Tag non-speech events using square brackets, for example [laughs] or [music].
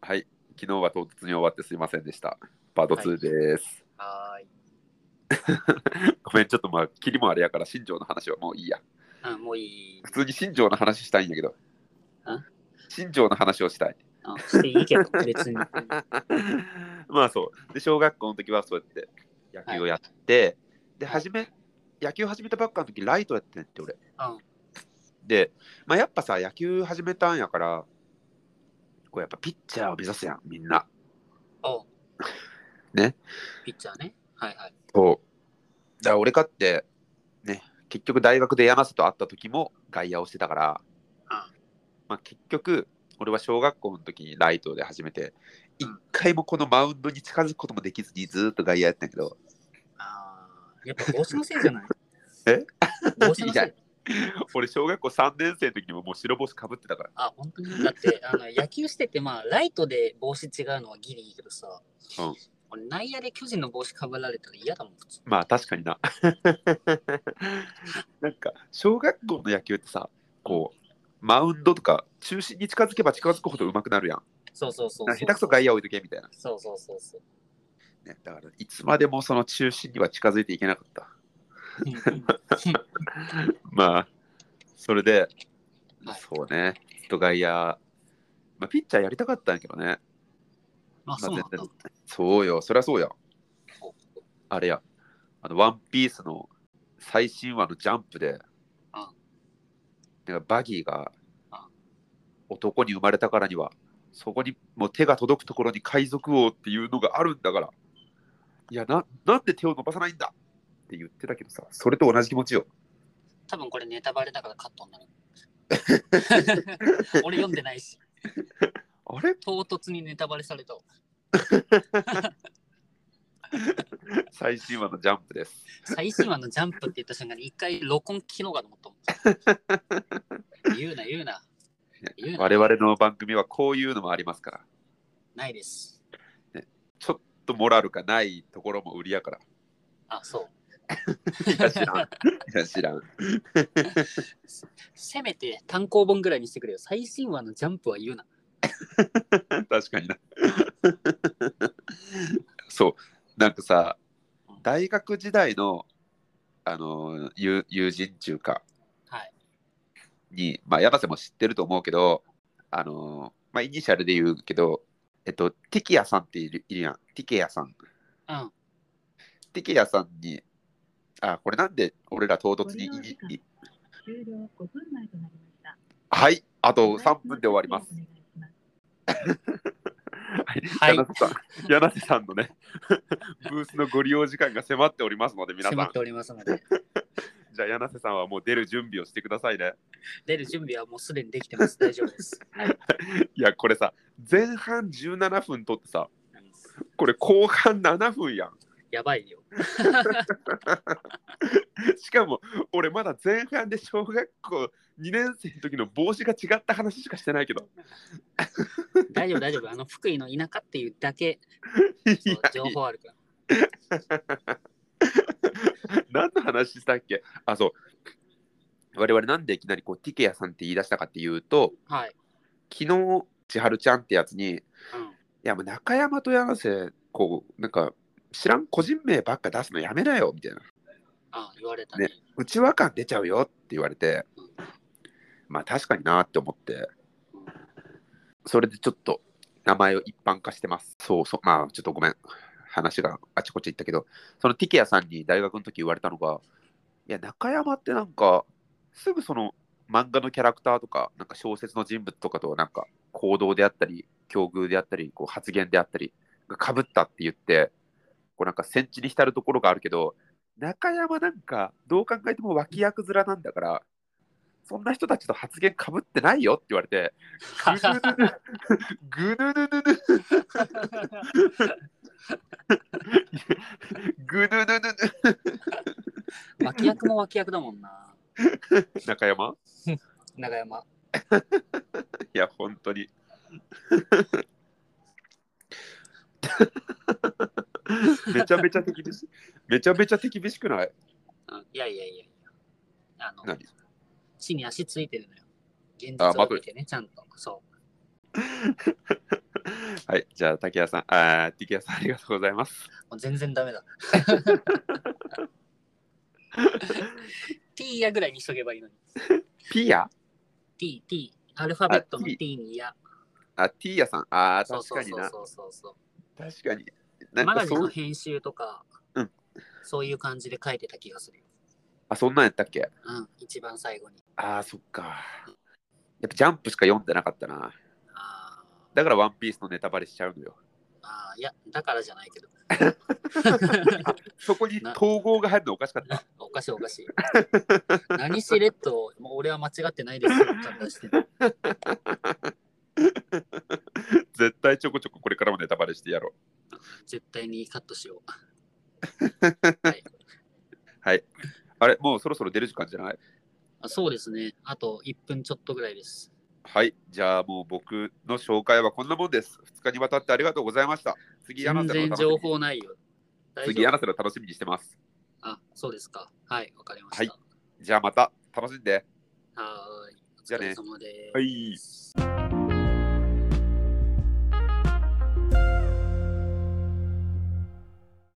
昨日は唐突に終わってすいませんでした。パート2です。はーい。ごめん、ちょっとまあ、キリもあれやから、新庄の話はもういいや。あ、もういい普。通に新庄の話したいんやけどあ。新庄の話をしたい。 [laughs] あしていいけど、別 [laughs] に。まあそう。で、小学校の時はそうやって野球をやって、で、始め、野球始めたばっかの時、ライトやってんって俺。うんで、まあやっぱさ、野球始めたんやから、こうやっぱピッチャーを目指すやん、みんな。おうね。ピッチャーね。はいはい。そう。だから俺かって、ね、結局大学で山瀬と会った時も外野をしてたから、うんまあ、結局、俺は小学校の時にライトで始めて、うん一回もこのマウンドに近づくこともできずにずーっと外野やってんやけど、あーやっぱ帽子のせいじゃないえ帽子のせいいや俺小学校3年生の時にももう白帽子かぶってたから。あ、本当にだって、あの野球してて、まあ、ライトで帽子違うのはギリいいけどさ、うん俺内野で巨人の帽子かぶられたら嫌だもん、普通。まあ確かに [laughs] な。なんか小学校の野球ってさ、こう、マウンドとか中心に近づけば近づくほど上手くなるやん。そうそうそうそなう。んか下手くそ外野置いとけみたいな。そうそうそう [laughs] そう。ね、だからいつまでもその中心には近づいていけなかった。うんうんまあ、それで、はいそうね、ずっと外野、まあ、ピッチャーやりたかったんやけどね。まあ、そうなんだ。まあ絶対そうよ、そりゃそうや。あれや、あの、ワンピースの最新話のジャンプで、なんかバギーがうん男に生まれたからには、そこにもう手が届くところに海賊王っていうのがあるんだから、いや、ななんで手を伸ばさないんだって言ってたけどさ、それと同じ気持ちよ。多分これネタバレだからカットになる。 [laughs] 俺読んでないし、あれ唐突にネタバレされたわ。最新話のジャンプです。最新話のジャンプって言った瞬間に一回録音聞きのがと思ったもん。言うな言うな。言うな。我々の番組はこういうのもありますから、ちないです。ょっとモラルがないところも売りやから。あ、そう。いや、知らん。いや、知らん。せめて単行本ぐらいにしてくれよ。最新話のジャンプは言うな。確かにな。 [laughs] そう、なんかさ、大学時代の、あの友友人中かはい。に、まあ、山瀬も知ってると思うけど、あのまあ、イニシャルで言うけど、えっと、ティキヤさんっているいるやん。ティケヤさん。うん。ティケヤさんに、あ、これなんで俺ら唐突にイご利用時間ニイ終ニ了5分前となりました。はい、あと3分で終わります。はい柳瀬さん柳瀬さんのね、 [laughs] ブースのご利用時間が迫っておりますので、皆さん、迫っておりますので、じゃあ柳瀬さんはもう出る準備をしてくださいね。出る準備はもうすでにできてます。大丈夫です。はい。いや、これさ、前半17分とってさ、これ後半7分やん。やばいよ。しかも、俺まだ前半で小学校2年生の時の帽子が違った話しかしてないけど。大丈夫、大丈夫。あの、福井の田舎っていうだけ、いそうや情報あるから。何の話したっけあ、そう。我々なんでいきなりこうティケヤさんって言い出したかっていうと、はい。昨日、千春ちゃんってやつに、うん。いやもう中山と柳瀬こうなんか知らん個人名ばっか出すのやめなよみたいなあ、言われた [laughs] ね。ねうちわ感出ちゃうよって言われてまあ確かになって思ってそれでちょっと名前を一般化してますそうそうまあちょっとごめん話があちこち行ったけどそのティケヤさんに大学の時言われたのがいや中山ってなんかすぐその漫画のキャラクターとかなんか小説の人物とかとなんか行動であったり境遇であったりこう発言であったりがかぶったって言ってこうなんか戦地に浸るところがあるけど中山なんかどう考えても脇役面なんだからそんな人たちと発言かぶってないよって言われてぐぬぬぬぬぐぬぬぬぬ脇役も脇役だもんな。中山長山。いや本当にめちゃめちゃ手厳しいめちゃめちゃ手厳しくないうんいやいやいやいや。あの何、地に足ついてるのよ。現あ実を見てね、ちゃんと。そはい、じゃあ、竹谷さん、あー、竹谷さん、ありがとうございます。もう全然ダメだ。 [laughs] ティーヤぐらいにしとけばいいのに。ピアティー、ティー。アルファベットのティーにヤ。あ、ティーヤさん、あー、そう確そうかにそうな。そうそうそ確かに。う。なマんかガジンそのん編集とか、うんそういう感じで書いてた気がするよ。あ、そんなんやったっけうん、一番最後に。あー、そっか。やっぱジャンプしか読んでなかったな。あーだからワンピースのネタバレしちゃうのよ。あー、いや、だからじゃないけど。そこにな統合が入るのおかしか [laughs] った。おかしいおかしい。何しれっと、もう俺は間違ってないですよちゃんとして。絶対ちょこちょここれからもネタバレしてやろう。絶対にカットしよう。はい。あれ、もうそろそろ出る時間じゃないあそうですね。あと1分ちょっとぐらいです。はい。じゃあもう僕の紹介はこんなもんです。2日にわたってありがとうございました。次、柳全瀬の楽然しみ情に報ないよ。大丈夫次、柳瀬の楽しみにしてます。あ、そうですか。はい、わかりました。じゃあまた楽しんで。はーい。おじゃあ疲ねれ様です。はい